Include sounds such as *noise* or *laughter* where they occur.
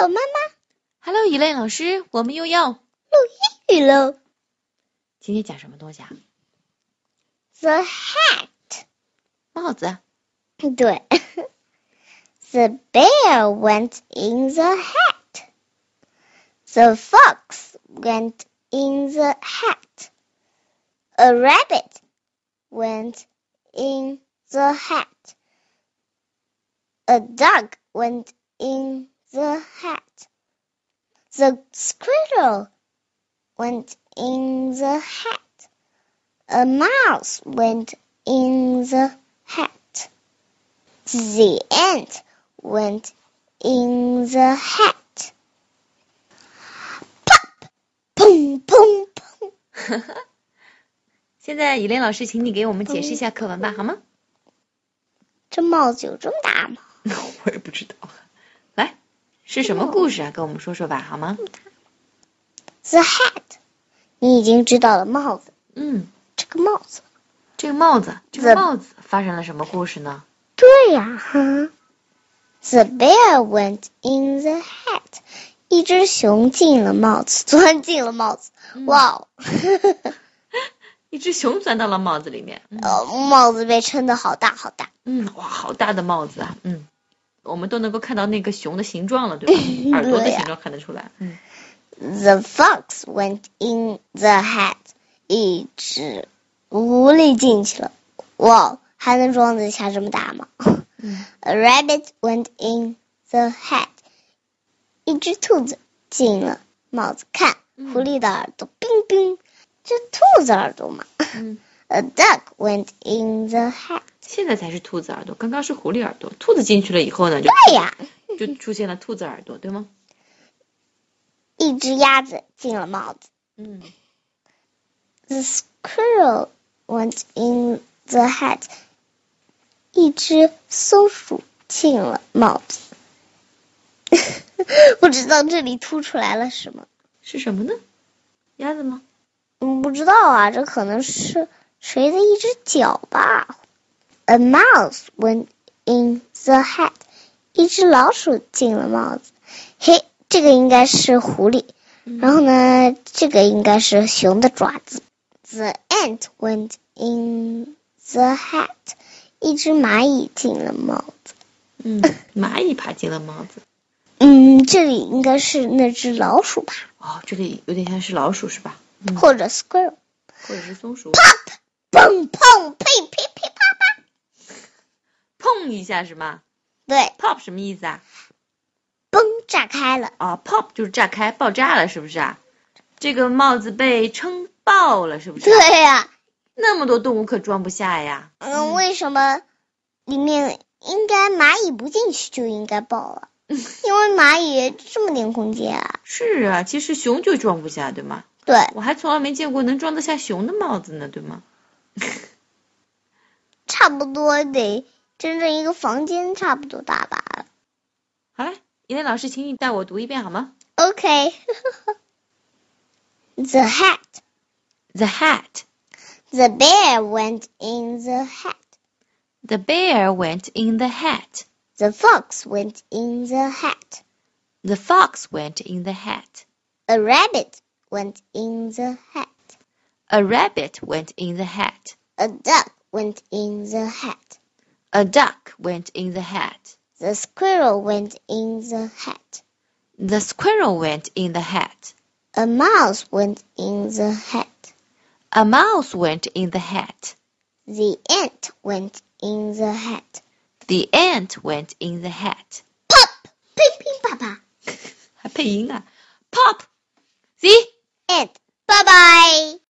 妈妈 Hello，以类老师，我们又要英语喽。今天讲什么东西啊？ The hat，帽子。 *laughs* 对。The bear went in the hat. The fox went in the hat. A rabbit went in the hat. A dog went in the hat. The squirrel went in the hat. A mouse went in the hat. The ant went in the hat. Pop! Boom, boom, boom. 现在以类老师，请你给我们解释一下课文吧，好吗？这帽子有这么大吗？ *laughs* 我也不知道。来，是什么故事啊？跟我们说说吧，好吗？ The hat，你已经知道了帽子，嗯，这个帽子。这个帽子，这个 The- 帽子发生了什么故事呢？对呀、哈。The bear went in the hat。一只熊进了帽子，钻进了帽子。哇哦， *laughs* 一只熊钻到了帽子里面。嗯呃帽子被撑得好大好大。嗯，哇，好大的帽子啊！嗯，我们都能够看到那个熊的形状了，对 *laughs* 吧？耳朵的对呀形状看得出来。嗯， The fox went in the hat。一只狐狸进去了。哇哦，还能装得下这么大吗、a rabbit went in the hat。一只兔子进了帽子，看狐狸的耳朵，冰冰，这兔子耳朵嘛。嗯 *laughs* A duck went in the hat。现在才是兔子耳朵，刚刚是狐狸耳朵。兔子进去了以后呢， *laughs* 就对哎呀， *laughs* 就出现了兔子耳朵，对吗？一只鸭子进了帽子。嗯 The squirrel went in the hat。一只松鼠进了帽子。 *laughs* 不知道这里凸出来了什么，，是什么呢？鸭子吗？嗯，不知道啊，这可能是谁的一只脚吧。A mouse went in the hat。一只老鼠进了帽子。嘿，这个应该是狐狸。然后呢，这个应该是熊的爪子。The ant went in the hat。一只蚂蚁进了帽子。嗯，蚂蚁爬进了帽子。嗯，这里应该是那只老鼠吧，哦，这里有点像是老鼠是吧？嗯，或者 squirrel。或者是松鼠，砰砰呸呸呸啪啪。碰一下是吗对， ？pop 什么意思啊？嘣，炸开了。啊，pop 就是炸开、爆炸了，是不是啊？这个帽子被撑爆了，是不是啊？对呀、那么多动物可装不下呀。嗯，为什么里面应该蚂蚁不进去就应该爆了？因为蚂蚁这么点空间啊。是啊，其实熊就装不下，对吗？对，我还从来没见过能装得下熊的帽子呢，对吗？差不多得真正一个房间差不多大吧。好了，伊莲老师，请你带我读一遍好吗 *laughs* OK，The、hat. ？The hat. The bear went in the hat. The bear went in the hat. The fox went in the hat. The fox went in the hat. A rabbit went in the hat. A rabbit went in the hat. A duck went in the hat. A duck went in the hat. The squirrel went in the hat. The squirrel went in the hat. A mouse went in the hat. A mouse went in the hat. The ant went in the hat. The ant went in the hat. Pop! 乒乒啪啪。还配音啊！